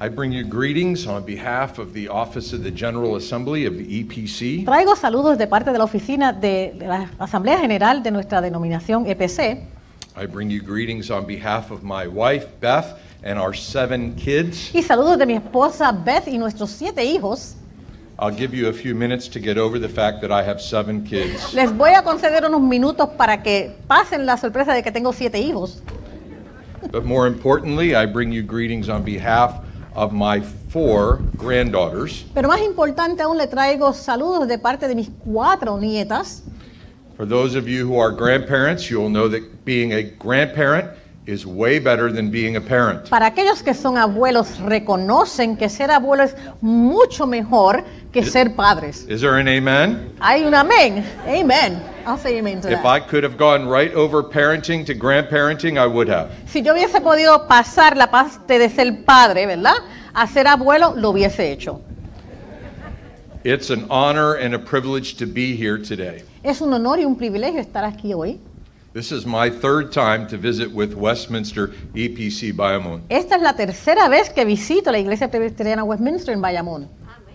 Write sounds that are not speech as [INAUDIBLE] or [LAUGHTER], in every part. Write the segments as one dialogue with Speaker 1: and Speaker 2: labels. Speaker 1: I bring you greetings on behalf of the Office of the General Assembly of the E EPC.
Speaker 2: Traigo saludos de parte de la oficina de de la Asamblea General de nuestra denominación E EPC.
Speaker 1: I bring you greetings on behalf of my wife, Beth, and our seven kids.
Speaker 2: Y saludos de mi esposa Beth y nuestros siete hijos.
Speaker 1: I'll give you a few minutes to get over the fact that I have seven kids.
Speaker 2: Les voy a conceder unos minutos para que pasen la sorpresa de que tengo siete hijos.
Speaker 1: But more importantly, I bring you greetings on behalf of my four granddaughters.
Speaker 2: Pero más importante aún le traigo saludos de parte de mis cuatro nietas.
Speaker 1: For those of you who are grandparents, you'll know that being a grandparent is way better than being a parent.
Speaker 2: Para aquellos que son abuelos, reconocen que ser abuelo es mucho mejor que ser padres.
Speaker 1: Is there an amen?
Speaker 2: Hay un amén. Amen. I'll say amen to
Speaker 1: If
Speaker 2: that.
Speaker 1: I could have gone right over parenting to grandparenting, I would have.
Speaker 2: Si yo hubiese podido pasar la parte de ser padre, ¿verdad? A ser abuelo, lo hubiese hecho.
Speaker 1: It's an honor and a privilege to be here today.
Speaker 2: Es un honor y un privilegio estar aquí hoy.
Speaker 1: This is my third time to visit with Westminster EPC Biomoon.
Speaker 2: Esta es la tercera vez que visito la iglesia presbiteriana Westminster en Bayamón.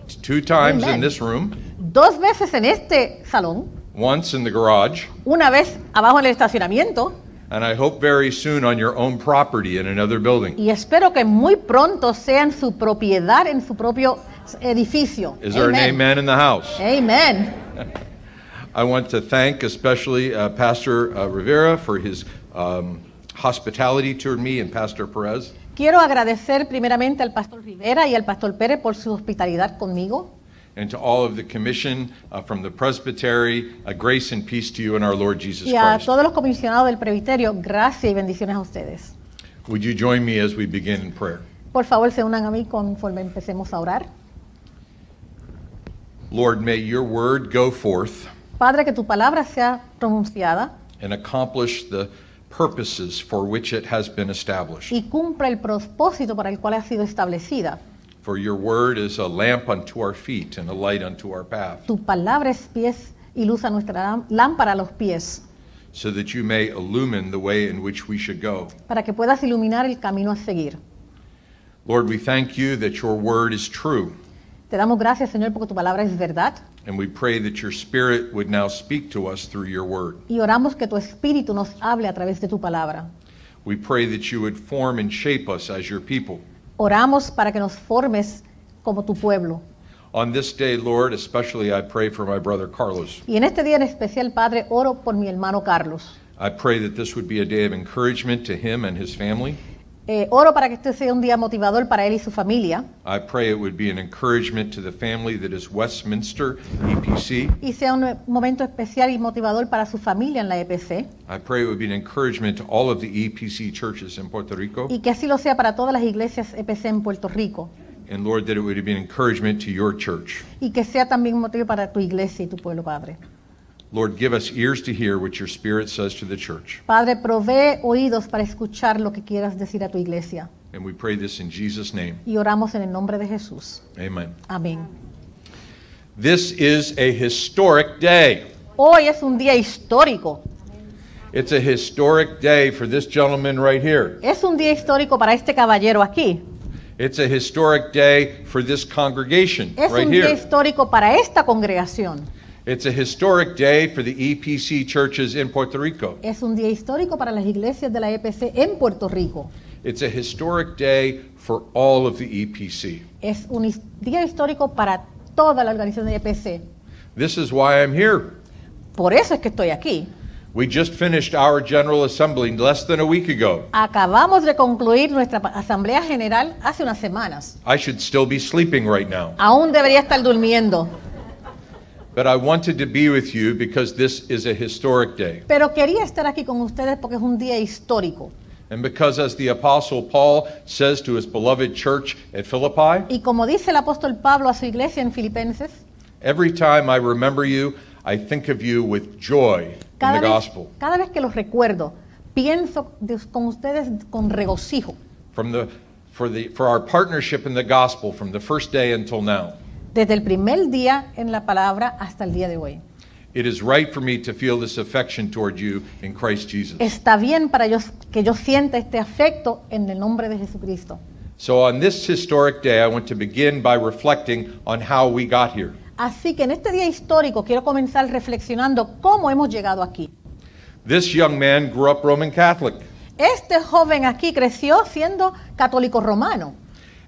Speaker 1: It's Two times in
Speaker 2: Amen.
Speaker 1: this room,
Speaker 2: Dos veces en este salón,
Speaker 1: once in the garage,
Speaker 2: una vez abajo en el estacionamiento
Speaker 1: and I hope very soon on your own property in another building.
Speaker 2: y espero que muy pronto sea en su propiedad, en su propio edificio.
Speaker 1: Is there an amen in the house?
Speaker 2: Amen.
Speaker 1: I want to thank especially uh, Pastor uh, Rivera for his um, hospitality toward me and Pastor Perez.
Speaker 2: Quiero agradecer primeramente al pastor Rivera y al pastor Pérez por su hospitalidad conmigo.
Speaker 1: and to all of the commission uh, from the presbytery, a grace and peace to you and our Lord Jesus
Speaker 2: Y a
Speaker 1: Christ.
Speaker 2: todos los comisionados del presbiterio, gracias y bendiciones a ustedes.
Speaker 1: Would you join me as we begin in prayer?
Speaker 2: Por favor, se unan a mí conforme empecemos a orar.
Speaker 1: Lord, may your word go forth
Speaker 2: Padre, que tu palabra sea pronunciada
Speaker 1: and accomplish the purposes for which it has been established.
Speaker 2: y cumpla el propósito para el cual ha sido establecida.
Speaker 1: For your word is a lamp unto our feet and a light unto our path,
Speaker 2: Tu palabra es pies y luz a nuestra lám- lámpara a los pies,
Speaker 1: so that you may illumine the way in which we should go.
Speaker 2: para que puedas iluminar el camino a seguir.
Speaker 1: Lord, we thank you that your word is true,
Speaker 2: Te damos gracias, Señor, porque tu palabra es verdad
Speaker 1: and we pray that your spirit would now speak to us through your word.
Speaker 2: y oramos que tu espíritu nos hable a través de tu palabra.
Speaker 1: We pray that you would form and shape us as your people.
Speaker 2: Oramos para que nos formes como tu pueblo.
Speaker 1: On this day, Lord, especially I pray for my brother Carlos.
Speaker 2: Y en este día en especial, Padre, oro por mi hermano Carlos.
Speaker 1: I pray that this would be a day of encouragement to him and his family.
Speaker 2: Eh, oro para que este sea un día motivador para él y su familia
Speaker 1: I pray it would be an encouragement to the family that is Westminster E EPC.
Speaker 2: y sea un momento especial y motivador para su familia en la E EPC
Speaker 1: I pray it would be an encouragement to all of the EPC churches in Puerto Rico.
Speaker 2: y que así lo sea para todas las iglesias EPC en Puerto Rico
Speaker 1: And Lord, that it would be an encouragement to your church.
Speaker 2: y que sea también un motivo para tu iglesia y tu pueblo, Padre.
Speaker 1: Lord, give us ears to hear what your spirit says to the church.
Speaker 2: Padre, provee oídos para escuchar lo que quieras decir a tu iglesia
Speaker 1: And we pray this in Jesus' name.
Speaker 2: y oramos en el nombre de Jesús.
Speaker 1: Amen.
Speaker 2: Amén.
Speaker 1: This is a historic day.
Speaker 2: Hoy es un día histórico.
Speaker 1: It's a historic day for this gentleman right here.
Speaker 2: Es un día histórico para este caballero aquí.
Speaker 1: It's a historic day for this congregation
Speaker 2: Es
Speaker 1: right
Speaker 2: un día
Speaker 1: here.
Speaker 2: histórico para esta congregación.
Speaker 1: It's a historic day for the EPC churches in Puerto Rico.
Speaker 2: Es un día histórico para las iglesias de la EPC en Puerto Rico.
Speaker 1: It's a historic day for all of the E EPC.
Speaker 2: Es un his- día histórico para toda la organización de EPC.
Speaker 1: This is why I'm here.
Speaker 2: Por eso es que estoy aquí.
Speaker 1: We just finished our General Assembly less than a week ago.
Speaker 2: Acabamos de concluir nuestra pa- Asamblea General hace unas semanas.
Speaker 1: I should still be sleeping right now.
Speaker 2: Aún debería estar durmiendo,
Speaker 1: But I wanted to be with you because this is a historic day.
Speaker 2: pero quería estar aquí con ustedes porque es un día histórico.
Speaker 1: And because, as the Apostle Paul says to his beloved church at Philippi,
Speaker 2: Y como dice el apóstol Pablo a su iglesia en Filipenses,
Speaker 1: Every time I remember you, I think of you with joy in
Speaker 2: cada
Speaker 1: the
Speaker 2: vez,
Speaker 1: gospel.
Speaker 2: cada vez que los recuerdo, pienso de- con ustedes con regocijo.
Speaker 1: From the for the for our partnership in the gospel from the first day until now.
Speaker 2: desde el primer día en la palabra hasta el día de hoy.
Speaker 1: It is right for me to feel this affection toward you in Christ Jesus.
Speaker 2: Está bien para yo que yo sienta este afecto en el nombre de Jesucristo.
Speaker 1: So on this historic day, I want to begin by reflecting on how we got here.
Speaker 2: Así que en este día histórico quiero comenzar reflexionando cómo hemos llegado aquí.
Speaker 1: This young man grew up Roman Catholic,
Speaker 2: Este joven aquí creció siendo católico romano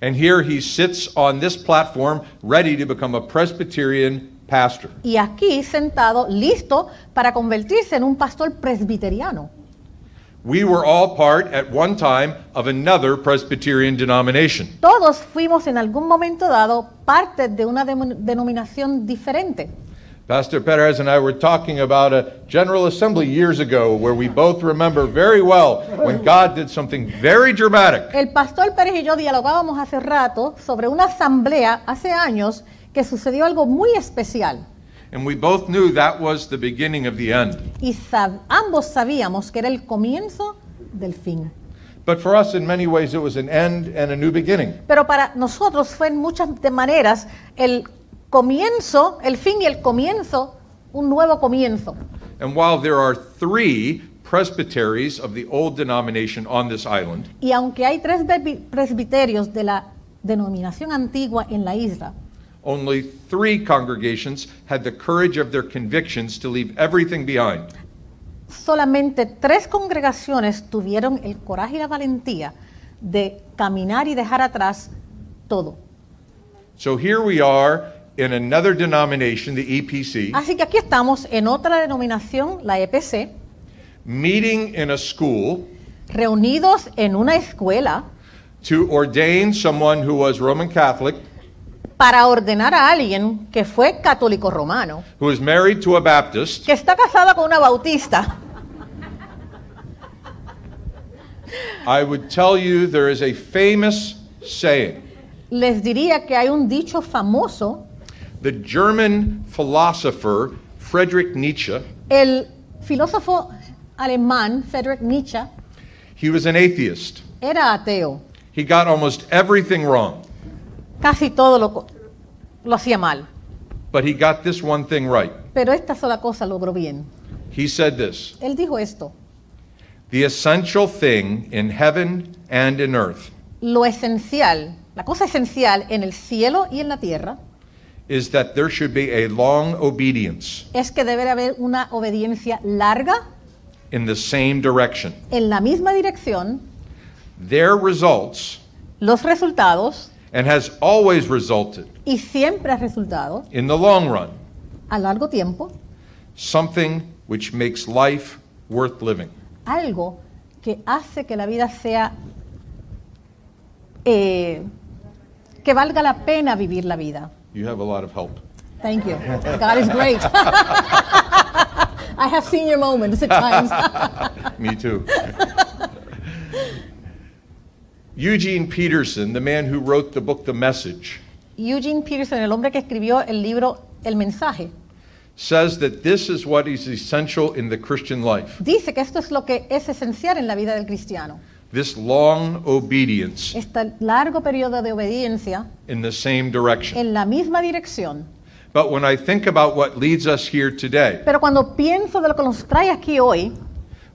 Speaker 1: and here he sits on this platform ready to become a Presbyterian pastor.
Speaker 2: y aquí sentado listo para convertirse en un pastor presbiteriano.
Speaker 1: We were all part at one time of another Presbyterian denomination.
Speaker 2: Todos fuimos en algún momento dado parte de una demo- denominación diferente.
Speaker 1: Pastor Perez and I were talking about a General Assembly years ago where we both remember very well when God did something very dramatic.
Speaker 2: El pastor Pérez y yo dialogábamos hace rato sobre una asamblea hace años que sucedió algo muy especial
Speaker 1: And we both knew that was the beginning of the end.
Speaker 2: y sab- ambos sabíamos que era el comienzo del fin.
Speaker 1: But for us, in many ways, it was an end and a new beginning.
Speaker 2: Pero para nosotros fue en muchas de maneras el comienzo, el fin y el comienzo, un nuevo comienzo.
Speaker 1: And while there are three presbyteries of the old denomination on this island,
Speaker 2: Y aunque hay tres bebi- presbiterios de la denominación antigua en la isla,
Speaker 1: only three congregations had the courage of their convictions to leave everything behind.
Speaker 2: solamente tres congregaciones tuvieron el coraje y la valentía de caminar y dejar atrás todo.
Speaker 1: So here we are in another denomination, the E EPC,
Speaker 2: Así que aquí estamos en otra denominación, la E EPC,
Speaker 1: meeting in a school
Speaker 2: reunidos en una escuela
Speaker 1: to ordain someone who was Roman Catholic,
Speaker 2: para ordenar a alguien que fue católico romano,
Speaker 1: who is married to a Baptist,
Speaker 2: que está casada con una bautista.
Speaker 1: I would tell you there is a famous saying.
Speaker 2: Les diría que hay un dicho famoso,
Speaker 1: The German philosopher Friedrich Nietzsche,
Speaker 2: el filósofo alemán Friedrich Nietzsche
Speaker 1: he was an atheist.
Speaker 2: era ateo,
Speaker 1: He got almost everything wrong,
Speaker 2: casi todo lo, co- lo hacía mal,
Speaker 1: but he got this one thing right.
Speaker 2: pero esta sola cosa logró bien.
Speaker 1: He said this
Speaker 2: Él dijo esto,
Speaker 1: The essential thing in heaven and in earth
Speaker 2: lo esencial, la cosa esencial en el cielo y en la tierra
Speaker 1: is that there should be a long obedience
Speaker 2: es que debe de haber una obediencia larga
Speaker 1: in the same direction.
Speaker 2: en la misma dirección,
Speaker 1: There results
Speaker 2: los resultados,
Speaker 1: and has always resulted
Speaker 2: y siempre ha resultado,
Speaker 1: in the long run
Speaker 2: a largo tiempo,
Speaker 1: something which makes life worth living.
Speaker 2: algo que hace que la vida sea, eh, que valga la pena vivir la vida.
Speaker 1: You have a lot of help. [LAUGHS]
Speaker 2: Thank you. God is great. [LAUGHS] I have seen your moments at times.
Speaker 1: Me too. [LAUGHS] Eugene Peterson, the man who wrote the book The Message,
Speaker 2: [LAUGHS] Eugene Peterson, el hombre que escribió el libro El mensaje,
Speaker 1: says that this is what is essential in the Christian life
Speaker 2: dice que esto es lo que es esencial en la vida del cristiano.
Speaker 1: this long obedience
Speaker 2: Este largo periodo de obediencia
Speaker 1: in the same direction.
Speaker 2: en la misma dirección.
Speaker 1: But when I think about what leads us here today,
Speaker 2: Pero cuando pienso de lo que nos trae aquí hoy,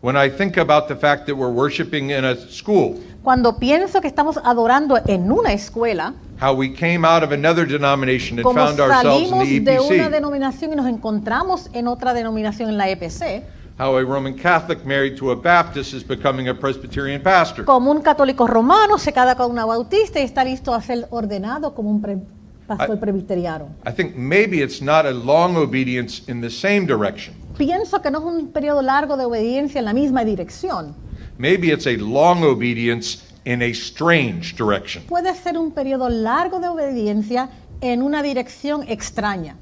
Speaker 1: when I think about the fact that we're worshiping in a school,
Speaker 2: cuando pienso que estamos adorando en una escuela,
Speaker 1: how we came out of another denomination and
Speaker 2: como
Speaker 1: found ourselves
Speaker 2: salimos
Speaker 1: in the E
Speaker 2: de una
Speaker 1: EPC,
Speaker 2: denominación y nos encontramos en otra denominación en la E EPC,
Speaker 1: how a Roman Catholic married to a Baptist is becoming a Presbyterian pastor.
Speaker 2: como un católico romano se cada con una bautista y está listo a ser ordenado como un pre- pastor
Speaker 1: Ah.
Speaker 2: presbiteriano.
Speaker 1: I think maybe it's not a long obedience in the same direction.
Speaker 2: Pienso que no es un periodo largo de obediencia en la misma dirección.
Speaker 1: Maybe it's a long obedience in a strange direction.
Speaker 2: Puede ser un periodo largo de obediencia en una dirección extraña.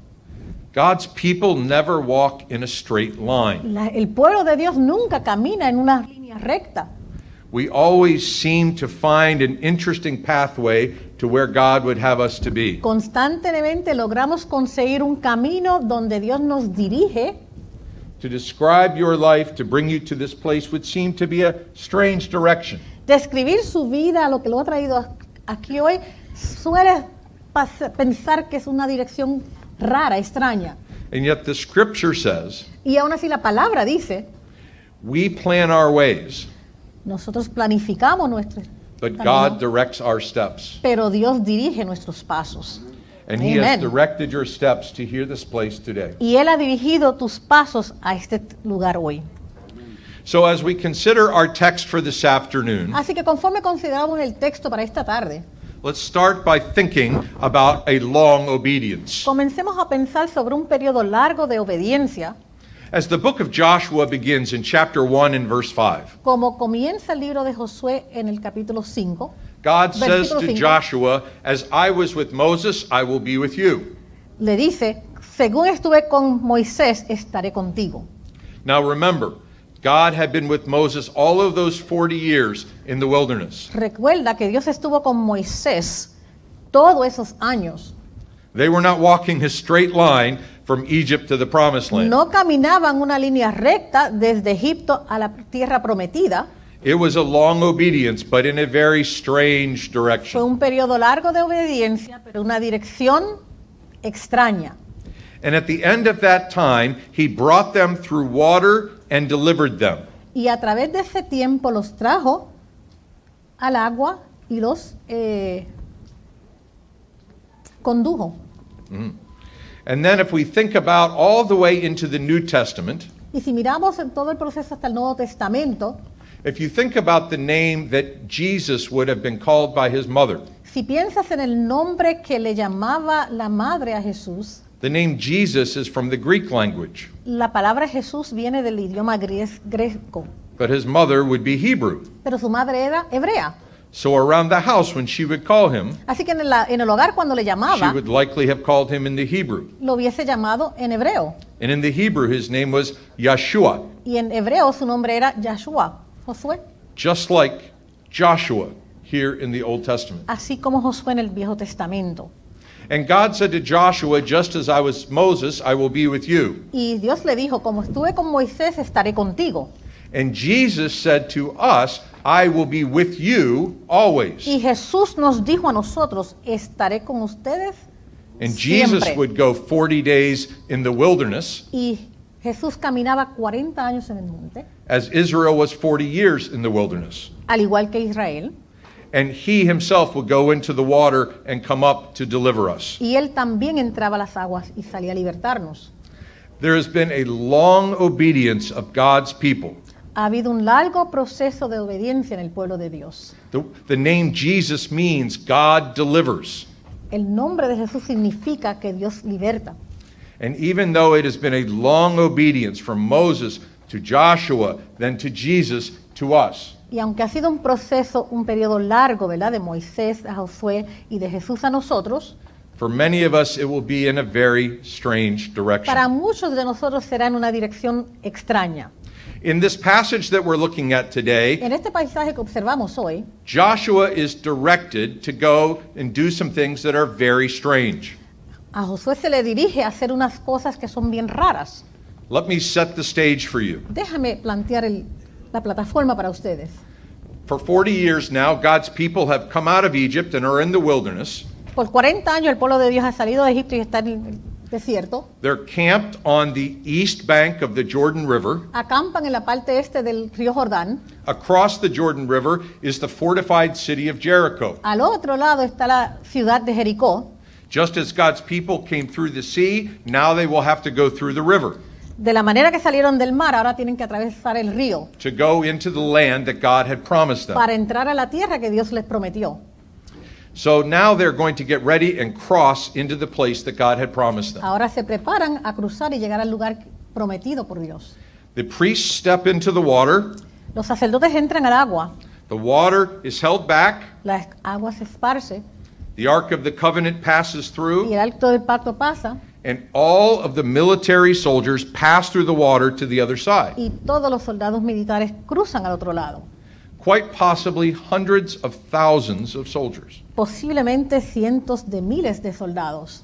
Speaker 1: God's people never walk in a straight line.
Speaker 2: La- el pueblo de Dios nunca camina en una línea recta.
Speaker 1: We always seem to find an interesting pathway to where God would have us to be.
Speaker 2: Constantemente logramos conseguir un camino donde Dios nos dirige
Speaker 1: To describe your life, to bring you to this place, would seem to be a strange direction.
Speaker 2: Describir su vida, lo que lo ha traído a- aquí hoy, suele pas- pensar que es una dirección rara, extraña.
Speaker 1: And yet the scripture says,
Speaker 2: Y aún así la palabra dice,
Speaker 1: we plan our ways,
Speaker 2: nosotros planificamos nuestro,
Speaker 1: but God directs our steps.
Speaker 2: pero Dios dirige nuestros pasos.
Speaker 1: And He has
Speaker 2: Amen.
Speaker 1: directed your steps to here this place today.
Speaker 2: Y Él ha dirigido tus pasos a este lugar hoy.
Speaker 1: So, as we consider our text for this afternoon,
Speaker 2: Así que conforme consideramos el texto para esta tarde,
Speaker 1: let's start by thinking about a long obedience.
Speaker 2: comencemos a pensar sobre un periodo largo de obediencia,
Speaker 1: As the book of Joshua begins in chapter 1 and verse 5,
Speaker 2: como comienza el libro de Josué en el capítulo 5.
Speaker 1: God says
Speaker 2: Versículo
Speaker 1: to
Speaker 2: cinco.
Speaker 1: Joshua, As I was with Moses, I will be with you.
Speaker 2: Le dice, según estuve con Moisés, estaré contigo.
Speaker 1: Now remember, God had been with Moses all of those 40 years in the wilderness.
Speaker 2: Recuerda que Dios estuvo con Moisés todos esos años.
Speaker 1: They were not walking a straight line from Egypt to the promised land.
Speaker 2: No caminaban una línea recta desde Egipto a la tierra prometida.
Speaker 1: It was a long obedience, but in a very strange
Speaker 2: Fue
Speaker 1: direction.
Speaker 2: un periodo largo de obediencia, pero una dirección extraña.
Speaker 1: And at the end of that time, he brought them through water and delivered them.
Speaker 2: Y a través de ese tiempo los trajo al agua y los eh, condujo.
Speaker 1: And then, if we think about all the way into the New Testament,
Speaker 2: Y si miramos en todo el proceso hasta el Nuevo Testamento,
Speaker 1: if you think about the name that Jesus would have been called by his mother,
Speaker 2: si piensas en el nombre que le llamaba la madre a Jesús,
Speaker 1: the name Jesus is from the Greek language,
Speaker 2: la palabra Jesús viene del idioma gries- griego,
Speaker 1: but his mother would be Hebrew.
Speaker 2: pero su madre era hebrea.
Speaker 1: So, around the house, when she would call him,
Speaker 2: Así que en, la- en el hogar cuando le
Speaker 1: she
Speaker 2: llamaba,
Speaker 1: would likely have called him in the Hebrew.
Speaker 2: lo hubiese llamado en hebreo.
Speaker 1: And in the Hebrew, his name was Yeshua,
Speaker 2: Y en hebreo su nombre era Yahshua, Josué,
Speaker 1: just like Joshua here in the Old Testament.
Speaker 2: así como Josué en el Viejo Testamento.
Speaker 1: And God said to Joshua, Just as I was Moses, I will be with you.
Speaker 2: Y Dios le dijo, como estuve con Moisés, estaré contigo.
Speaker 1: And Jesus said to us, I will be with you always.
Speaker 2: Y Jesús nos dijo a nosotros, estaré con ustedes.
Speaker 1: And Jesus
Speaker 2: siempre.
Speaker 1: would go 40 days in the wilderness,
Speaker 2: Y Jesús caminaba 40 años en el monte,
Speaker 1: as Israel was 40 years in the wilderness.
Speaker 2: al igual que Israel.
Speaker 1: And he himself would go into the water and come up to deliver us.
Speaker 2: Y él también entraba a las aguas y salía a libertarnos.
Speaker 1: There has been a long obedience of God's people.
Speaker 2: Ha habido un largo proceso de obediencia en el pueblo de Dios.
Speaker 1: The, the name Jesus means God delivers.
Speaker 2: El nombre de Jesús significa que Dios liberta.
Speaker 1: And even though it has been a long obedience from Moses to Joshua, then to Jesus, to us,
Speaker 2: Y aunque ha sido un proceso, un periodo largo, ¿verdad? De Moisés a Josué y de Jesús a nosotros,
Speaker 1: for many of us it will be in a very strange
Speaker 2: para
Speaker 1: direction.
Speaker 2: muchos de nosotros será en una dirección extraña.
Speaker 1: In this passage that we're looking at today,
Speaker 2: En este paisaje que observamos hoy,
Speaker 1: Joshua is directed to go and do some things that are very strange.
Speaker 2: a Josué se le dirige a hacer unas cosas que son bien raras.
Speaker 1: Let me set the stage for you.
Speaker 2: Déjame plantear el- la plataforma para ustedes.
Speaker 1: For 40 years now, God's people have come out of Egypt and are in the wilderness.
Speaker 2: Por 40 años el pueblo de Dios ha salido de Egipto y está en el desierto.
Speaker 1: They're camped on the east bank of the Jordan River.
Speaker 2: Acampan en la parte este del río Jordán.
Speaker 1: Across the Jordan River is the fortified city of Jericho.
Speaker 2: Al otro lado está la ciudad de Jericó.
Speaker 1: Just as God's people came through the sea, now they will have to go through the river
Speaker 2: De la manera que salieron del mar, ahora tienen que atravesar el río
Speaker 1: to go into the land that God had promised them.
Speaker 2: para entrar a la tierra que Dios les prometió.
Speaker 1: So now they're going to get ready and cross into the place that God had promised them.
Speaker 2: Ahora se preparan a cruzar y llegar al lugar prometido por Dios.
Speaker 1: The priests step into the water.
Speaker 2: Los sacerdotes entran al agua,
Speaker 1: The water is held back.
Speaker 2: la agua se esparce
Speaker 1: The Ark of the Covenant passes
Speaker 2: y
Speaker 1: through.
Speaker 2: el acto del pacto pasa
Speaker 1: And all of the military soldiers pass through the water to the other side.
Speaker 2: y todos los soldados militares cruzan al otro lado.
Speaker 1: quite possibly hundreds of thousands of soldiers.
Speaker 2: Posiblemente cientos de miles de soldados.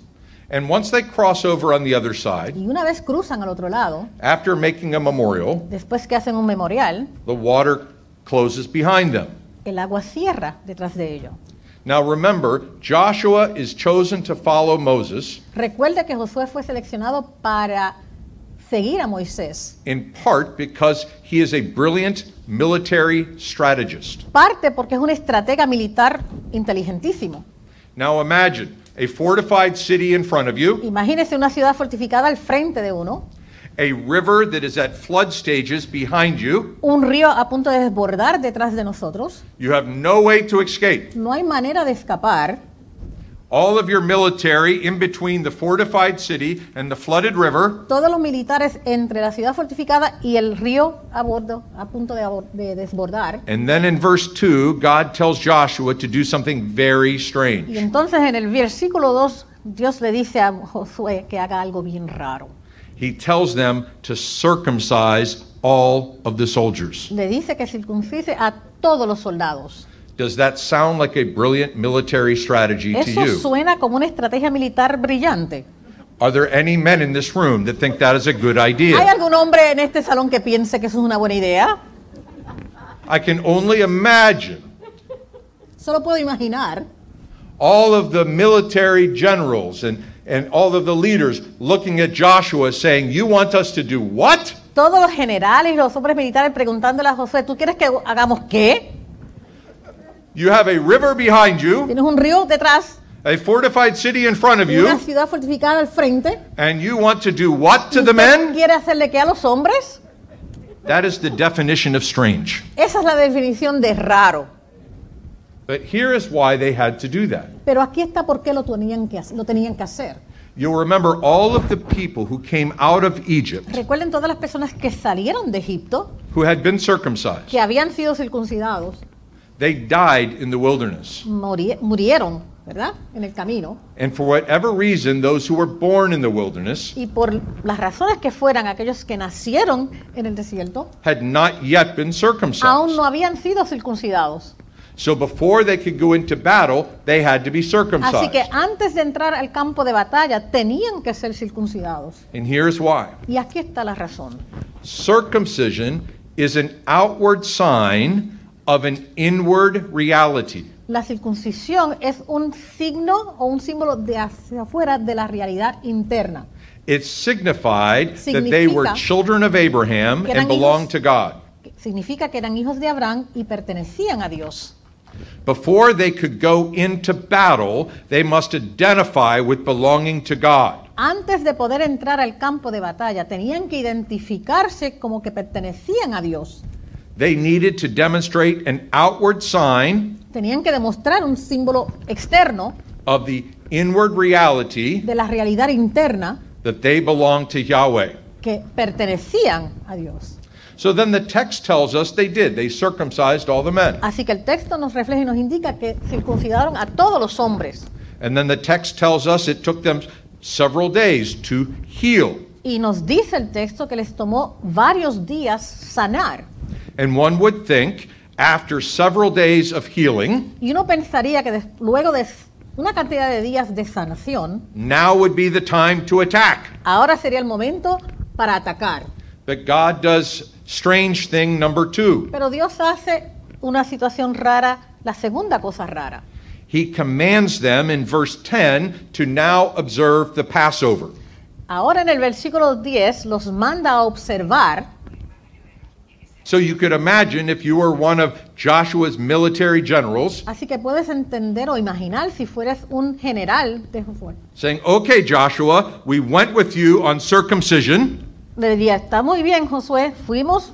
Speaker 1: And once they cross over on the other side,
Speaker 2: Y una vez cruzan al otro lado,
Speaker 1: after making a memorial,
Speaker 2: después que hacen un memorial,
Speaker 1: the water closes behind them.
Speaker 2: el agua cierra detrás de ellos.
Speaker 1: Now remember, Joshua is chosen to follow Moses
Speaker 2: Recuerda que Josué fue seleccionado para seguir a Moisés,
Speaker 1: in part because he is a brilliant military strategist.
Speaker 2: Parte porque es un estratega militar inteligentísimo.
Speaker 1: Now imagine a fortified city in front of you,
Speaker 2: Imagínese una ciudad fortificada al frente de uno,
Speaker 1: a river that is at flood stages behind you.
Speaker 2: un río a punto de desbordar detrás de nosotros.
Speaker 1: You have no way to escape.
Speaker 2: No hay manera de escapar.
Speaker 1: All of your military in between the fortified city and the flooded river,
Speaker 2: Todos los militares entre la ciudad fortificada y el río a bordo, a punto de, abor- de desbordar.
Speaker 1: and then in verse 2, God tells Joshua to do something very
Speaker 2: Y
Speaker 1: strange.
Speaker 2: entonces en el versículo 2, Dios le dice a Josué que haga algo bien raro.
Speaker 1: He tells them to circumcise all of the soldiers.
Speaker 2: Le dice que circuncise a todos los soldados.
Speaker 1: Does that sound like a brilliant military strategy to
Speaker 2: Eso
Speaker 1: you?
Speaker 2: suena como una estrategia militar brillante.
Speaker 1: Are there any men in this room that think that is a good
Speaker 2: ¿Hay
Speaker 1: idea?
Speaker 2: algún hombre en este salón que piense que eso es una buena idea?
Speaker 1: I can only imagine
Speaker 2: Solo puedo imaginar
Speaker 1: all of the military generals and, and all of the leaders looking at Joshua saying, You want us to do what?
Speaker 2: todos los generales y los hombres militares preguntándole a Josué, ¿tú quieres que hagamos qué?
Speaker 1: You have a river behind you,
Speaker 2: Tienes un río detrás,
Speaker 1: a fortified city in front of
Speaker 2: una
Speaker 1: you,
Speaker 2: ciudad fortificada al frente.
Speaker 1: and you want to do what to
Speaker 2: ¿Y
Speaker 1: the
Speaker 2: usted
Speaker 1: men?
Speaker 2: ¿Quiere hacerle qué a los hombres?
Speaker 1: That is the definition of strange.
Speaker 2: Esa es la definición de raro.
Speaker 1: But here is why they had to do that.
Speaker 2: Pero aquí está por qué lo tenían que, hac- lo tenían que hacer.
Speaker 1: You'll remember all of the people who came out of Egypt
Speaker 2: Recuerden todas las personas que salieron de Egipto,
Speaker 1: who had been circumcised.
Speaker 2: que habían sido circuncidados,
Speaker 1: They died in the wilderness.
Speaker 2: morie- murieron, ¿verdad? En el camino.
Speaker 1: And for whatever reason, those who were born in the wilderness
Speaker 2: Y por las razones que fueran, aquellos que nacieron en el desierto,
Speaker 1: had not yet been
Speaker 2: aún
Speaker 1: circumcised.
Speaker 2: no habían sido circuncidados.
Speaker 1: So before they could go into battle, they had to be
Speaker 2: Así que
Speaker 1: circumcised.
Speaker 2: antes de entrar al campo de batalla, tenían que ser circuncidados.
Speaker 1: And here's why
Speaker 2: Y aquí está la razón.
Speaker 1: circumcision is an outward sign of an inward reality.
Speaker 2: La circuncisión es un signo o un símbolo de hacia afuera de la realidad interna.
Speaker 1: It signified that they were
Speaker 2: Significa
Speaker 1: children of Abraham
Speaker 2: que eran
Speaker 1: and belonged
Speaker 2: hijos-
Speaker 1: to God.
Speaker 2: que Significa que eran hijos de Abraham y pertenecían a Dios.
Speaker 1: Before they could go into battle, they must identify with belonging to God.
Speaker 2: Antes de poder entrar al campo de batalla, tenían que identificarse como que pertenecían a Dios.
Speaker 1: They needed to demonstrate an outward sign
Speaker 2: Tenían que demostrar un símbolo externo
Speaker 1: of the inward reality
Speaker 2: de la realidad interna
Speaker 1: that they belonged to Yahweh.
Speaker 2: que pertenecían a Dios.
Speaker 1: So then the text tells us they did. They circumcised all the men.
Speaker 2: Así que el texto nos refleja y nos indica que circuncidaron a todos los hombres.
Speaker 1: And then the text tells us it took them several days to heal.
Speaker 2: Y nos dice el texto que les tomó varios días sanar.
Speaker 1: And one would think after several days of healing,
Speaker 2: Y uno pensaría que des- luego de s- una cantidad de días de sanación,
Speaker 1: now would be the time to attack.
Speaker 2: ahora sería el momento para atacar.
Speaker 1: But God does strange thing number two.
Speaker 2: Pero Dios hace una situación rara, la segunda cosa rara.
Speaker 1: He commands them in verse 10 to now observe the Passover.
Speaker 2: Ahora en el versículo 10 los manda a observar.
Speaker 1: So you could imagine if you were one of Joshua's military generals
Speaker 2: Así que puedes entender o imaginar si fueras un general de Josué.
Speaker 1: saying, Okay, Joshua, we went with you on circumcision.
Speaker 2: Le diría, está muy bien Josué, fuimos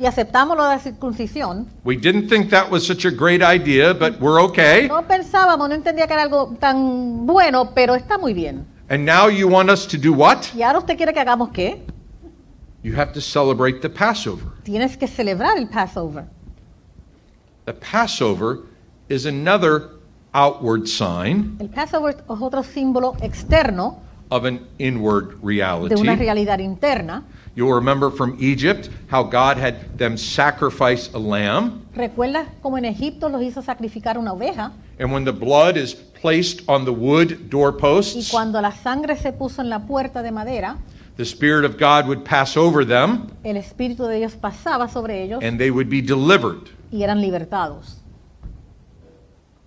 Speaker 2: y aceptamos lo de la circuncisión.
Speaker 1: We didn't think that was such a great idea, but we're okay.
Speaker 2: No pensábamos, no entendía que era algo tan bueno, pero está muy bien.
Speaker 1: And now you want us to do what?
Speaker 2: ¿Y ahora usted quiere que hagamos qué?
Speaker 1: You have to celebrate the Passover.
Speaker 2: Tienes que celebrar el Passover.
Speaker 1: The Passover is another outward sign
Speaker 2: El Passover es otro símbolo externo
Speaker 1: of an inward
Speaker 2: de una
Speaker 1: reality.
Speaker 2: realidad interna.
Speaker 1: You'll remember from Egypt how God had them sacrifice a lamb,
Speaker 2: ¿Recuerdas cómo en Egipto los hizo sacrificar una oveja?
Speaker 1: and when the blood is placed on the wood
Speaker 2: Y
Speaker 1: doorposts,
Speaker 2: cuando la sangre se puso en la puerta de madera,
Speaker 1: the Spirit of God would pass over them
Speaker 2: el Espíritu de Dios pasaba sobre ellos
Speaker 1: and they would be delivered.
Speaker 2: y eran libertados.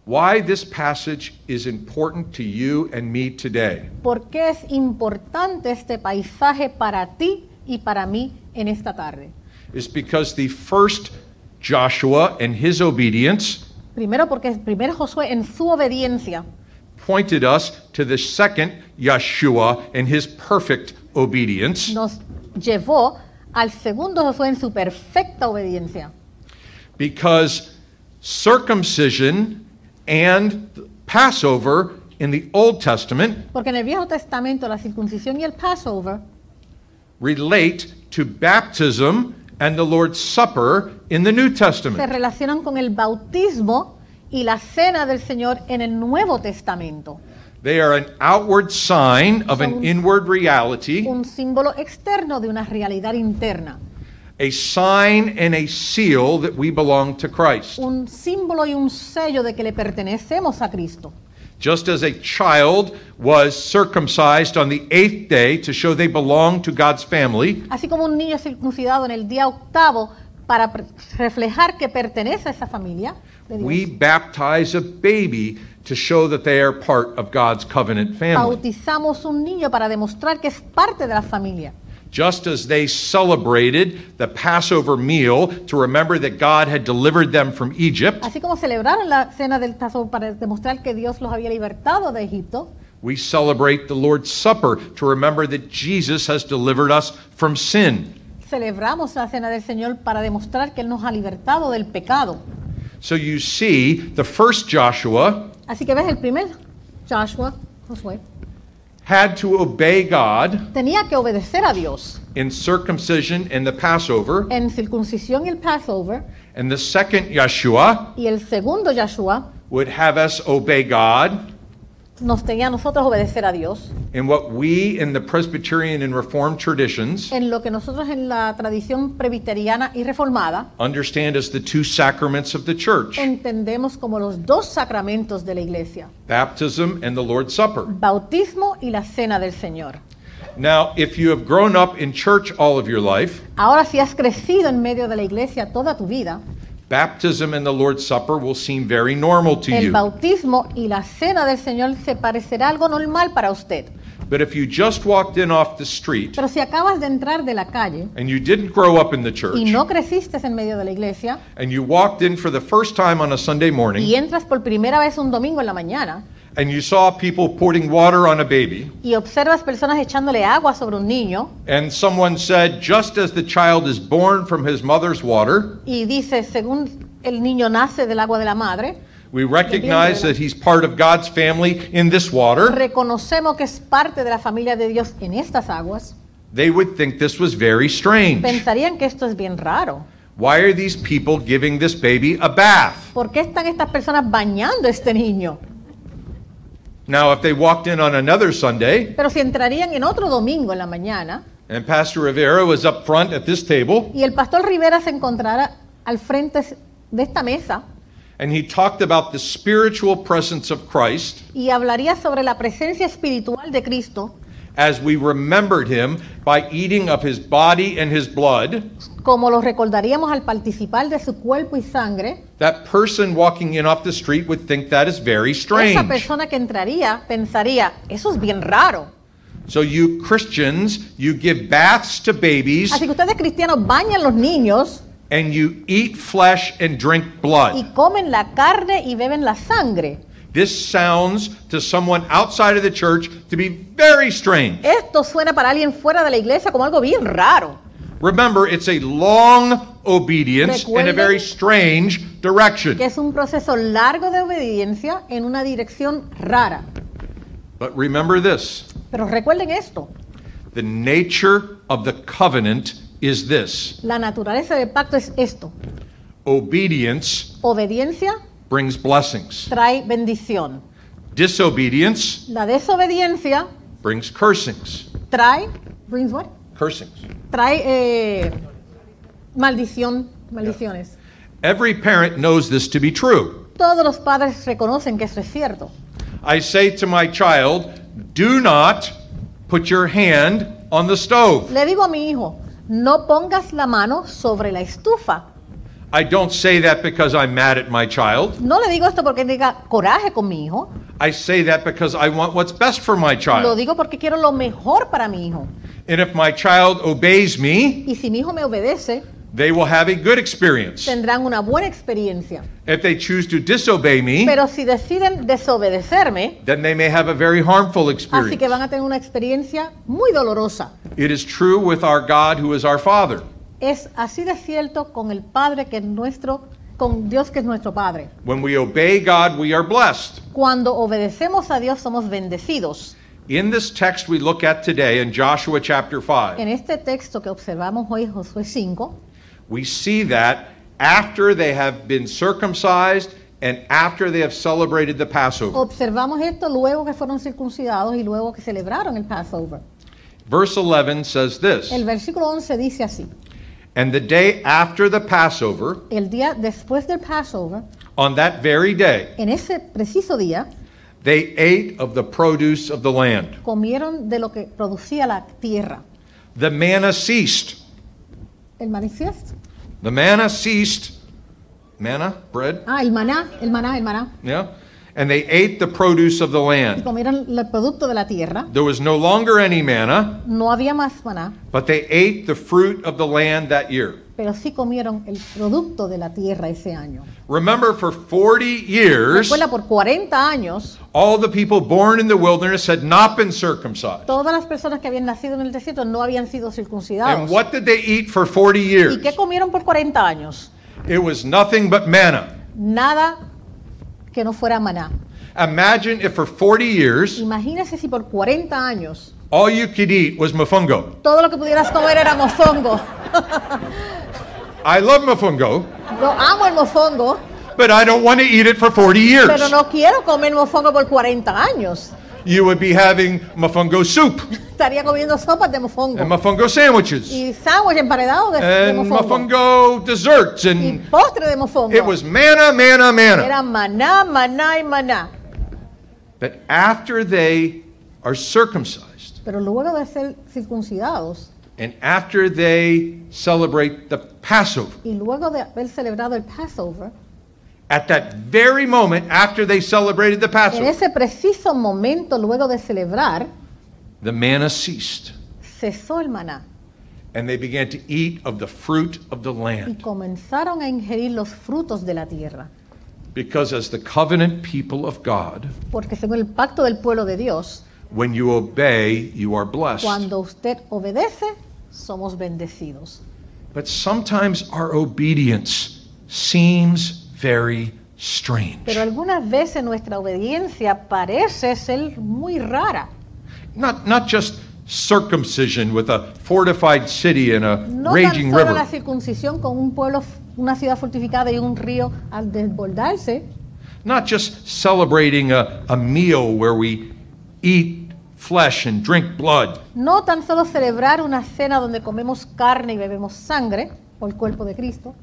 Speaker 1: Why this passage is important to you and me today
Speaker 2: ¿Por qué es importante este paisaje para ti y para mí en esta tarde?
Speaker 1: is because the first Joshua and his obedience
Speaker 2: Primero porque primero Josué en su obediencia
Speaker 1: pointed us to the second Yeshua and his perfect obedience.
Speaker 2: nos llevó al segundo Josué en su perfecta obediencia.
Speaker 1: because circumcision and Passover in the Old Testament
Speaker 2: Porque en el Viejo Testamento la circuncisión y el Passover
Speaker 1: relate to baptism and the Lord's Supper in the New
Speaker 2: se
Speaker 1: Testament.
Speaker 2: relacionan con el bautismo y la cena del Señor en el Nuevo Testamento.
Speaker 1: They are an outward sign of an inward reality,
Speaker 2: Un símbolo externo de una realidad interna.
Speaker 1: a sign and a seal that we belong to Christ.
Speaker 2: Un símbolo y un sello de que le pertenecemos a Cristo.
Speaker 1: Just as a child was circumcised on the eighth day to show they belong to God's family,
Speaker 2: Así como un niño circuncidado en el día octavo para pre- reflejar que pertenece a esa familia. de Dios.
Speaker 1: We baptize a baby to show that they are part of God's covenant
Speaker 2: Oh.
Speaker 1: family.
Speaker 2: Bautizamos un niño para demostrar que es parte de la familia.
Speaker 1: Just as they celebrated the Passover meal to remember that God had delivered them from Egypt,
Speaker 2: Así como celebraron la cena del Passover para demostrar que Dios los había libertado de Egipto,
Speaker 1: we celebrate the Lord's Supper to remember that Jesus has delivered us from sin.
Speaker 2: celebramos la cena del Señor para demostrar que Él nos ha libertado del pecado.
Speaker 1: So you see, the first Joshua
Speaker 2: Así que ves, el primer Joshua, Josué,
Speaker 1: had to obey God
Speaker 2: tenía que obedecer a Dios
Speaker 1: in circumcision and the Passover,
Speaker 2: en circuncisión y el Passover,
Speaker 1: and the second Yeshua
Speaker 2: y el segundo Joshua
Speaker 1: would have us obey God
Speaker 2: nos tenía a nosotros obedecer a Dios.
Speaker 1: in what we in the Presbyterian and Reformed traditions
Speaker 2: En lo que nosotros en la tradición presbiteriana y reformada
Speaker 1: understand as the two sacraments of the church
Speaker 2: entendemos como los dos sacramentos de la iglesia,
Speaker 1: baptism and the Lord's Supper.
Speaker 2: bautismo y la cena del Señor.
Speaker 1: Now, if you have grown up in church all of your life,
Speaker 2: Ahora si has crecido en medio de la iglesia toda tu vida,
Speaker 1: baptism and the Lord's Supper will seem very normal to
Speaker 2: el
Speaker 1: you.
Speaker 2: bautismo y la cena del Señor se parecerá algo normal para usted.
Speaker 1: But if you just walked in off the street
Speaker 2: Pero si acabas de entrar de la calle
Speaker 1: and you didn't grow up in the church
Speaker 2: y no creciste en medio de la iglesia
Speaker 1: and you walked in for the first time on a Sunday morning
Speaker 2: y entras por primera vez un domingo en la mañana
Speaker 1: and you saw people pouring water on a baby
Speaker 2: y observas personas echándole agua sobre un niño
Speaker 1: and someone said, just as the child is born from his mother's water,
Speaker 2: y dices, según el niño nace del agua de la madre,
Speaker 1: We recognize that he's part of God's family in this water.
Speaker 2: reconocemos que es parte de la familia de Dios en estas aguas,
Speaker 1: They would think this was very strange.
Speaker 2: pensarían que esto es bien raro.
Speaker 1: Why are these people giving this baby a bath?
Speaker 2: ¿Por qué están estas personas bañando a este niño?
Speaker 1: Now, if they walked in on another Sunday
Speaker 2: Pero si entrarían en otro domingo en la mañana
Speaker 1: and Pastor Rivera was up front at this table
Speaker 2: y el pastor Rivera se encontrara al frente de esta mesa
Speaker 1: and he talked about the spiritual presence of Christ
Speaker 2: y hablaría sobre la presencia espiritual de Cristo,
Speaker 1: as we remembered him by eating of his body and his blood,
Speaker 2: como lo recordaríamos al participar de su cuerpo y sangre,
Speaker 1: that person walking in off the street would think that is very
Speaker 2: esa
Speaker 1: strange.
Speaker 2: persona que entraría pensaría, eso es bien raro.
Speaker 1: So, you Christians, you give baths to babies
Speaker 2: Así que ustedes cristianos bañan los niños
Speaker 1: and you eat flesh and drink
Speaker 2: y
Speaker 1: blood.
Speaker 2: comen la carne y beben la sangre.
Speaker 1: This sounds to someone outside of the church to be very strange.
Speaker 2: Esto suena para alguien fuera de la iglesia como algo bien raro.
Speaker 1: Remember, it's a long obedience in a very strange
Speaker 2: que
Speaker 1: direction.
Speaker 2: es un proceso largo de obediencia en una dirección rara.
Speaker 1: But remember this
Speaker 2: Pero recuerden esto,
Speaker 1: the nature of the covenant is this
Speaker 2: la naturaleza del pacto es esto.
Speaker 1: obedience
Speaker 2: Obediencia
Speaker 1: brings blessings,
Speaker 2: trae bendición.
Speaker 1: disobedience
Speaker 2: La desobediencia
Speaker 1: brings cursings.
Speaker 2: trae, brings what?
Speaker 1: Cursings.
Speaker 2: trae eh, maldición, maldiciones.
Speaker 1: Every parent knows this to be true.
Speaker 2: Todos los padres reconocen que eso es cierto.
Speaker 1: I say to my child, do not put your hand on the stove.
Speaker 2: Le digo a mi hijo, no pongas la mano sobre la estufa.
Speaker 1: I don't say that because I'm mad at my child.
Speaker 2: No le digo esto porque diga coraje con mi hijo.
Speaker 1: I say that because I want what's best for my
Speaker 2: Lo
Speaker 1: child.
Speaker 2: digo porque quiero lo mejor para mi hijo.
Speaker 1: And if my child obeys me,
Speaker 2: Y si mi hijo me obedece,
Speaker 1: they will have a good experience.
Speaker 2: tendrán una buena experiencia.
Speaker 1: If they choose to disobey me,
Speaker 2: Pero si deciden desobedecerme,
Speaker 1: then they may have a very harmful
Speaker 2: así que
Speaker 1: experience.
Speaker 2: van a tener una experiencia muy dolorosa.
Speaker 1: It is true with our God who is our Father.
Speaker 2: Es así de cierto con el Padre que es nuestro, con Dios que es nuestro Padre.
Speaker 1: When we obey God, we are blessed.
Speaker 2: Cuando obedecemos a Dios somos bendecidos.
Speaker 1: In this text we look at today in Joshua chapter 5,
Speaker 2: En este texto que observamos hoy, Josué 5,
Speaker 1: we see that after they have been circumcised and after they have celebrated the Passover.
Speaker 2: observamos esto luego que fueron circuncidados y luego que celebraron el Passover.
Speaker 1: Verse 11 says this
Speaker 2: El versículo 11 dice así,
Speaker 1: And the day after the Passover,
Speaker 2: el día después del Passover,
Speaker 1: on that very day,
Speaker 2: en ese preciso día,
Speaker 1: they ate of the produce of the land.
Speaker 2: comieron de lo que producía la tierra.
Speaker 1: The manna ceased.
Speaker 2: El manifiesto.
Speaker 1: The manna ceased. Manna, bread,
Speaker 2: Ah, el maná, el maná, el maná.
Speaker 1: yeah? And they ate the produce of the
Speaker 2: Y
Speaker 1: land.
Speaker 2: comieron el producto de la tierra.
Speaker 1: There was no longer any manna,
Speaker 2: No había más maná,
Speaker 1: but they ate the fruit of the land that year.
Speaker 2: pero sí comieron el producto de la tierra ese año.
Speaker 1: Remember, for 40 years,
Speaker 2: Recuerda, por 40 años,
Speaker 1: all the people born in the wilderness had not been circumcised.
Speaker 2: todas las personas que habían nacido en el desierto no habían sido circuncidados.
Speaker 1: And what did they eat for 40 years?
Speaker 2: ¿Y qué comieron por 40 años?
Speaker 1: It was nothing but manna.
Speaker 2: Nada que no fuera maná.
Speaker 1: Imagine if for 40 years
Speaker 2: Imagínese si por 40 años
Speaker 1: all you could eat was mofongo.
Speaker 2: todo lo que pudieras comer era mofongo.
Speaker 1: I love mofongo,
Speaker 2: Yo amo el mofongo,
Speaker 1: but I don't want to eat it for 40 years.
Speaker 2: pero no quiero comer mofongo por 40 años.
Speaker 1: You would be having mofongo soup
Speaker 2: Estaría comiendo sopas de mofongo.
Speaker 1: and mofongo sandwiches
Speaker 2: y sándwich emparedado de, de
Speaker 1: and
Speaker 2: mofongo.
Speaker 1: mofongo desserts
Speaker 2: Y
Speaker 1: and
Speaker 2: postre de mofongo.
Speaker 1: Mm. it was manna, manna, manna.
Speaker 2: Era maná, maná y maná.
Speaker 1: But after they are circumcised
Speaker 2: Pero luego de ser circuncidados
Speaker 1: and after they celebrate the Passover,
Speaker 2: y luego de haber celebrado el Passover,
Speaker 1: at that very moment after they celebrated the
Speaker 2: en
Speaker 1: Passover,
Speaker 2: ese preciso momento, luego de celebrar,
Speaker 1: the manna ceased.
Speaker 2: cesó el maná
Speaker 1: and they began to eat of the fruit of the
Speaker 2: y
Speaker 1: land.
Speaker 2: comenzaron a ingerir los frutos de la tierra.
Speaker 1: Because, as the covenant people of God,
Speaker 2: Porque según el pacto del pueblo de Dios,
Speaker 1: when you obey, you are blessed.
Speaker 2: cuando usted obedece, somos bendecidos.
Speaker 1: But sometimes our obedience seems very strange.
Speaker 2: Pero algunas veces nuestra obediencia parece ser muy rara.
Speaker 1: Not, not just circumcision with a fortified city and a
Speaker 2: No
Speaker 1: raging
Speaker 2: tan solo la
Speaker 1: river,
Speaker 2: circuncisión con un pueblo, una ciudad fortificada y un río al desbordarse,
Speaker 1: not just celebrating a, a meal where we eat flesh and drink blood,
Speaker 2: no tan solo celebrar una cena donde comemos carne y bebemos sangre por el cuerpo de Cristo,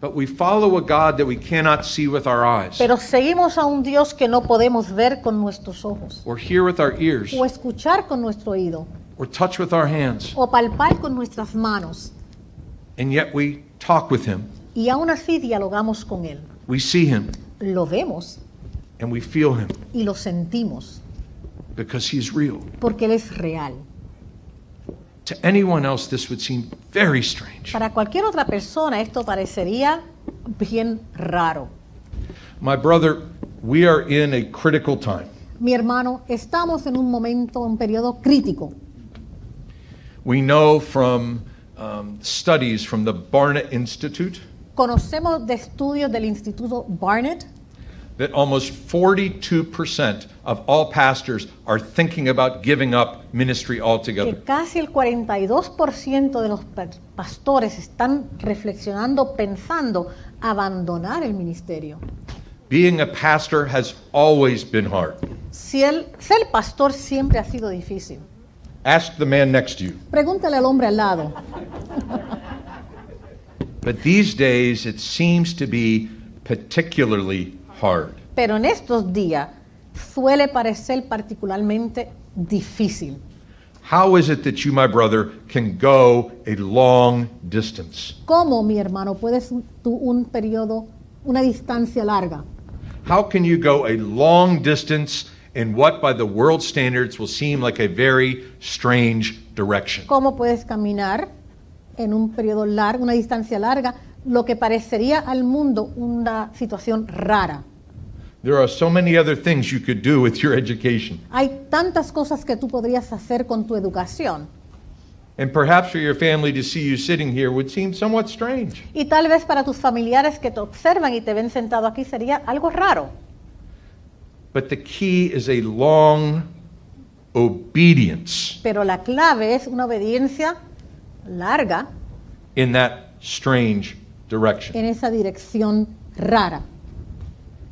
Speaker 1: but we follow a God that we cannot see with our eyes
Speaker 2: pero seguimos a un Dios que no podemos ver con nuestros ojos,
Speaker 1: or hear with our ears.
Speaker 2: o escuchar con nuestro oído,
Speaker 1: or touch with our hands,
Speaker 2: o palpar con nuestras manos,
Speaker 1: and yet we talk with Him,
Speaker 2: y aún así dialogamos con Él.
Speaker 1: we see Him,
Speaker 2: Lo vemos
Speaker 1: and we feel Him
Speaker 2: y lo sentimos,
Speaker 1: because He's real.
Speaker 2: porque Él es real.
Speaker 1: To anyone else, this would seem very strange.
Speaker 2: Para cualquier otra persona esto parecería bien raro.
Speaker 1: My brother, we are in a critical time.
Speaker 2: Mi hermano, estamos en un momento, un periodo crítico.
Speaker 1: We know from um, studies from the Barna Institute
Speaker 2: Conocemos de estudios del Instituto Barnett
Speaker 1: that almost 42% of all pastors are thinking about giving up ministry altogether.
Speaker 2: que casi el 42% de los pa- pastores están reflexionando, pensando abandonar el ministerio.
Speaker 1: Being a pastor has always been hard.
Speaker 2: Si el, ser pastor siempre ha sido difícil.
Speaker 1: Ask the man next to you.
Speaker 2: Pregúntale al hombre al lado.
Speaker 1: But these days, it seems to be particularly hard.
Speaker 2: Pero en estos días suele parecer particularmente difícil.
Speaker 1: How is it that you, my brother, can go a long distance?
Speaker 2: ¿Cómo, mi hermano, puedes tú un periodo, una distancia larga?
Speaker 1: How can you go a long distance in what, by the world standards, will seem like a very strange direction?
Speaker 2: cómo puedes caminar en un periodo largo, una distancia larga, lo que parecería al mundo una situación rara.
Speaker 1: There are so many other things you could do with your education.
Speaker 2: Hay tantas cosas que tú podrías hacer con tu educación.
Speaker 1: And perhaps for your family to see you sitting here would seem somewhat strange.
Speaker 2: Y tal vez para tus familiares que te observan y te ven sentado aquí sería algo raro.
Speaker 1: But the key is a long obedience
Speaker 2: Pero la clave es una obediencia larga
Speaker 1: in that strange direction.
Speaker 2: en esa dirección rara.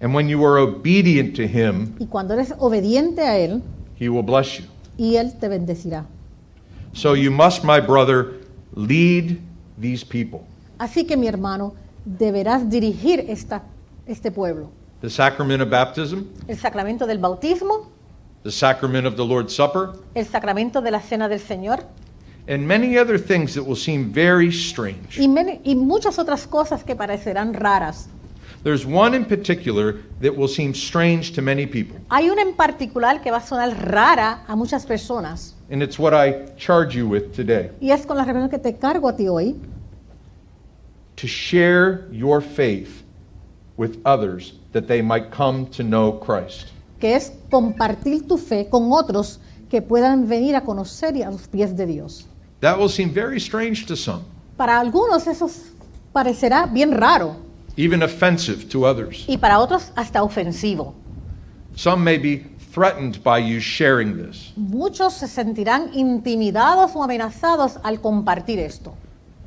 Speaker 1: And when you are obedient to Him,
Speaker 2: Y cuando eres obediente a Él,
Speaker 1: He will bless you.
Speaker 2: y Él te bendecirá.
Speaker 1: So you must, my brother, lead these people.
Speaker 2: Así que mi hermano, deberás dirigir esta, este pueblo.
Speaker 1: The sacrament of baptism,
Speaker 2: El sacramento del bautismo,
Speaker 1: the sacrament of the Lord's Supper,
Speaker 2: el sacramento de la cena del Señor
Speaker 1: and many other things that will seem very strange.
Speaker 2: y, men- y muchas otras cosas que parecerán raras.
Speaker 1: There's one in particular that will seem strange to many people,
Speaker 2: Hay una en particular que va a sonar rara a muchas personas
Speaker 1: and it's what I charge you with today
Speaker 2: y es con la reunión que te cargo a ti hoy,
Speaker 1: to share your faith with others that they might come to know Christ.
Speaker 2: que es compartir tu fe con otros que puedan venir a conocer y a los pies de Dios.
Speaker 1: That will seem very strange to some,
Speaker 2: Para algunos eso s- parecerá bien raro
Speaker 1: even offensive to others.
Speaker 2: y para otros hasta ofensivo.
Speaker 1: Some may be threatened by you sharing this.
Speaker 2: Muchos se sentirán intimidados o amenazados al compartir esto.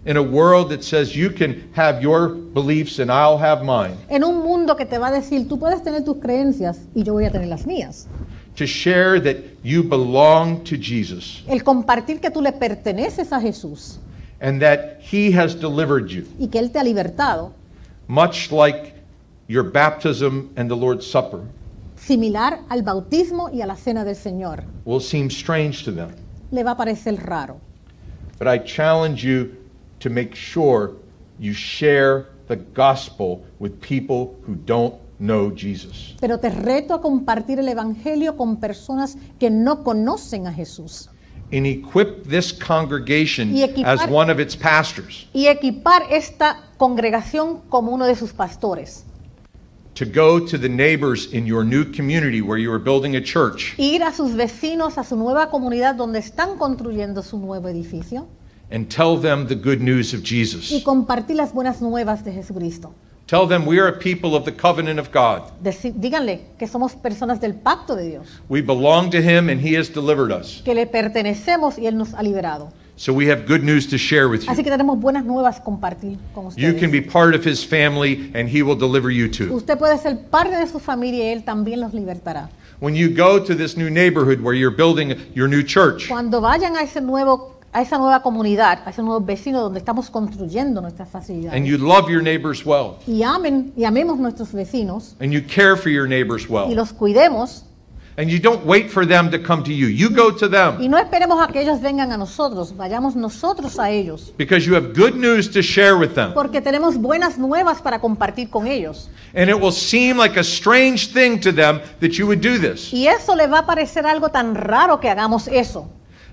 Speaker 1: In a world that says you can have your beliefs and I'll have mine,
Speaker 2: En un mundo que te va a decir, tú puedes tener tus creencias y yo voy a tener las mías.
Speaker 1: to share that you belong to Jesus
Speaker 2: El compartir que tú le perteneces a Jesús
Speaker 1: and that He has delivered you,
Speaker 2: y que Él te ha libertado,
Speaker 1: much like your baptism and the Lord's Supper,
Speaker 2: similar al bautismo y a la cena del Señor,
Speaker 1: will seem strange to them.
Speaker 2: le va a parecer raro.
Speaker 1: But I challenge you to make sure you share the gospel with people who don't know Jesus.
Speaker 2: Pero te reto a compartir el Evangelio con personas que no conocen a Jesús
Speaker 1: And equip this congregation
Speaker 2: Y equipar-
Speaker 1: as one of its pastors
Speaker 2: y equipar esta congregación como uno de sus pastores.
Speaker 1: to go to the neighbors in your new community where you are building a church
Speaker 2: ir a sus vecinos, a su nueva comunidad donde están construyendo su nuevo edificio
Speaker 1: and tell them the good news of
Speaker 2: y
Speaker 1: Jesus.
Speaker 2: compartir las buenas nuevas de Jesucristo.
Speaker 1: Tell them we are a people of the covenant of God.
Speaker 2: Deci- díganle que somos personas del pacto de Dios,
Speaker 1: We belong to Him and He has delivered us.
Speaker 2: que le pertenecemos y Él nos ha liberado.
Speaker 1: So we have good news to share with
Speaker 2: Así
Speaker 1: you.
Speaker 2: que tenemos buenas nuevas compartir con
Speaker 1: You can
Speaker 2: ustedes.
Speaker 1: be part of His family and He will deliver you too.
Speaker 2: Usted puede ser parte de su familia y Él también los libertará.
Speaker 1: When you go to this new neighborhood where you're building your new church,
Speaker 2: Cuando vayan a, ese nuevo, a esa nueva comunidad, a ese nuevo vecino donde estamos construyendo nuestras
Speaker 1: and
Speaker 2: facilidades
Speaker 1: you love your neighbors well,
Speaker 2: y, amen, y amemos nuestros vecinos
Speaker 1: and you care for your neighbors
Speaker 2: y
Speaker 1: well,
Speaker 2: los cuidemos,
Speaker 1: and you don't wait for them to come to you, you go to them
Speaker 2: Y no esperemos a que ellos vengan a nosotros, vayamos nosotros a ellos,
Speaker 1: because you have good news to share with them.
Speaker 2: porque tenemos buenas nuevas para compartir con ellos.
Speaker 1: And it will seem like a strange thing to them that you would do this.
Speaker 2: Y eso le va a parecer algo tan raro que hagamos eso.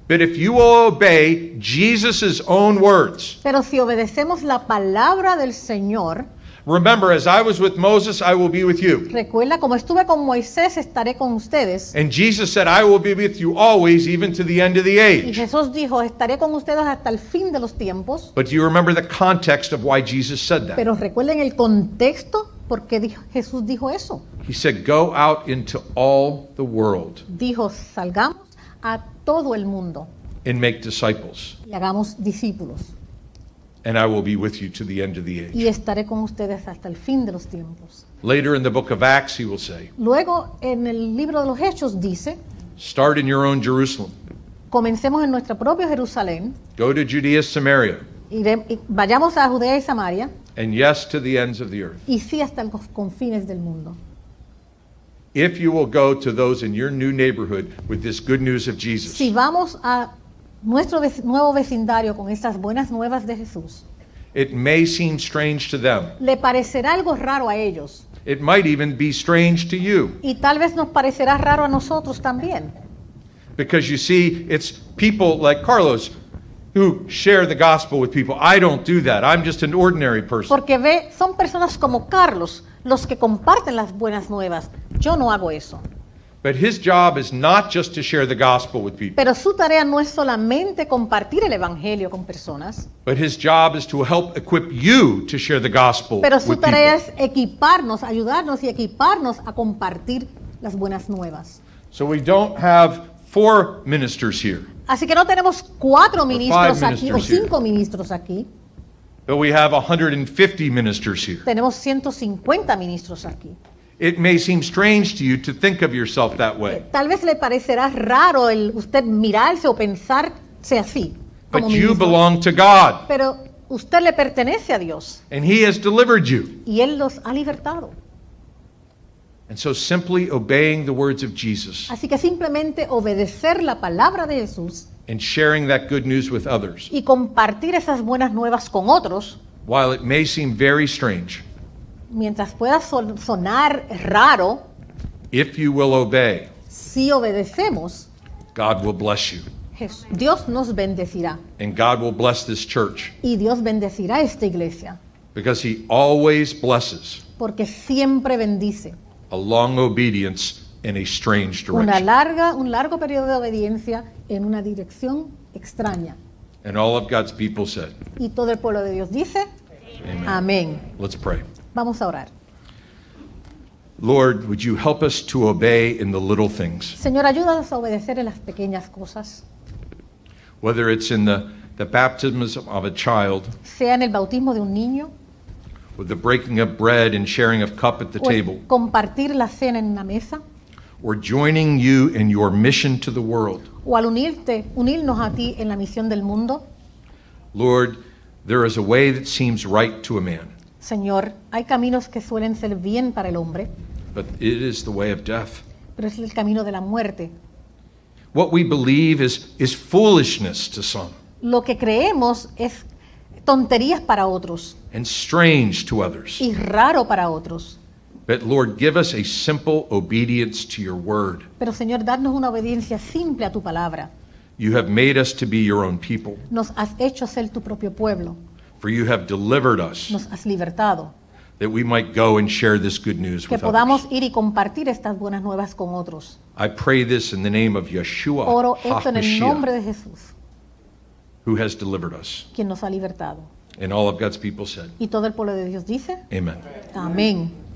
Speaker 1: But if you will obey Jesus' own words,
Speaker 2: Pero si obedecemos la palabra del Señor,
Speaker 1: remember, as I was with Moses, I will be with you.
Speaker 2: recuerda, como estuve con Moisés, estaré con ustedes.
Speaker 1: And Jesus said, I will be with you always, even to the end of the
Speaker 2: Y
Speaker 1: age.
Speaker 2: Jesús dijo, estaré con ustedes hasta el fin de los tiempos.
Speaker 1: But do you remember the context of why Jesus said that?
Speaker 2: Pero recuerden el contexto por qué dijo- Jesús dijo eso.
Speaker 1: He said, Go out into all the world
Speaker 2: Dijo, salgamos a todo el mundo
Speaker 1: and make disciples,
Speaker 2: y hagamos discípulos.
Speaker 1: and I will be with you to the end of the age.
Speaker 2: y estaré con ustedes hasta el fin de los tiempos.
Speaker 1: Later in the book of Acts, he will say,
Speaker 2: Luego, en el libro de los Hechos dice,
Speaker 1: Start in your own Jerusalem,
Speaker 2: comencemos en nuestro propio Jerusalén,
Speaker 1: go to Judea, Samaria,
Speaker 2: ire- y vayamos a Judea y Samaria,
Speaker 1: and yes, to the ends of the earth.
Speaker 2: y sí hasta los confines del mundo.
Speaker 1: If you will go to those in your new neighborhood with this good news of Jesus,
Speaker 2: Si vamos a nuestro vec- nuevo vecindario con estas buenas nuevas de Jesús,
Speaker 1: it may seem strange to them.
Speaker 2: le parecerá algo raro a ellos,
Speaker 1: It might even be strange to you
Speaker 2: y tal vez nos parecerá raro a nosotros también,
Speaker 1: because you see, it's people like Carlos who share the gospel with people. I don't do that. I'm just an ordinary person.
Speaker 2: Porque ve, son personas como Carlos los que comparten las buenas nuevas. Yo no hago eso.
Speaker 1: But his job is not just to share the gospel with people,
Speaker 2: Pero su tarea no es solamente compartir el Evangelio con personas,
Speaker 1: but his job is to help equip you to share the gospel
Speaker 2: pero su
Speaker 1: with people.
Speaker 2: tarea es equiparnos, ayudarnos y equiparnos a compartir las buenas nuevas.
Speaker 1: So we don't have four ministers here,
Speaker 2: Así que no tenemos cuatro ministros aquí o
Speaker 1: ministers here.
Speaker 2: cinco ministros aquí,
Speaker 1: but we have 150 ministers here.
Speaker 2: tenemos 150 ministros aquí.
Speaker 1: It may seem strange to you to think of yourself that way,
Speaker 2: Tal vez le parecerá raro el usted mirarse o pensarse así. como
Speaker 1: but you
Speaker 2: ministro.
Speaker 1: belong to God,
Speaker 2: Pero usted le pertenece a Dios
Speaker 1: and he has delivered you.
Speaker 2: y Él los ha libertado.
Speaker 1: And so simply obeying the words of Jesus
Speaker 2: Así que simplemente obedecer la palabra de Jesús
Speaker 1: and sharing that good news with others,
Speaker 2: y compartir esas buenas nuevas con otros,
Speaker 1: while it may seem very strange,
Speaker 2: mientras pueda son- sonar raro,
Speaker 1: if you will obey,
Speaker 2: si obedecemos,
Speaker 1: God will bless you.
Speaker 2: Jes- Dios nos bendecirá
Speaker 1: And God will bless this church
Speaker 2: y Dios bendecirá a esta iglesia,
Speaker 1: because He always blesses
Speaker 2: porque siempre bendice.
Speaker 1: a long obedience in a strange
Speaker 2: Una
Speaker 1: direction.
Speaker 2: larga, un largo periodo de obediencia en una dirección extraña.
Speaker 1: And all of God's people said,
Speaker 2: Y todo el pueblo de Dios dice, amén.
Speaker 1: Let's pray.
Speaker 2: Vamos a orar.
Speaker 1: Lord, would you help us to obey in the little things,
Speaker 2: Señor, ayúdanos a obedecer en las pequeñas cosas,
Speaker 1: whether it's in the, the baptism of a child,
Speaker 2: sea en el bautismo de un niño,
Speaker 1: or the breaking of bread and sharing of cup at the
Speaker 2: o en
Speaker 1: table,
Speaker 2: compartir la cena en una mesa,
Speaker 1: or joining you in your mission to the world.
Speaker 2: o al unirte, unirnos a ti en la misión del mundo.
Speaker 1: Lord, there is a way that seems right to a man,
Speaker 2: Señor, hay caminos que suelen ser bien para el hombre,
Speaker 1: but it is the way of death.
Speaker 2: pero es el camino de la muerte.
Speaker 1: What we believe is, is foolishness to some
Speaker 2: Lo que creemos es tonterías para otros
Speaker 1: and strange to others.
Speaker 2: y raro para otros.
Speaker 1: But Lord, give us a simple obedience to your word.
Speaker 2: Pero Señor, darnos una obediencia simple a tu palabra.
Speaker 1: You have made us to be your own people,
Speaker 2: Nos has hecho ser tu propio pueblo,
Speaker 1: for you have delivered us
Speaker 2: nos has libertado,
Speaker 1: that we might go and share this good news
Speaker 2: que
Speaker 1: with
Speaker 2: podamos
Speaker 1: others.
Speaker 2: ir y compartir estas buenas nuevas con otros.
Speaker 1: I pray this in the name of Yeshua,
Speaker 2: Oro esto en el
Speaker 1: HaMashiach,
Speaker 2: nombre de Jesús,
Speaker 1: who has delivered us.
Speaker 2: quien nos ha libertado.
Speaker 1: And all of God's people said,
Speaker 2: Y todo el pueblo de Dios dice,
Speaker 1: Amen.
Speaker 2: amén.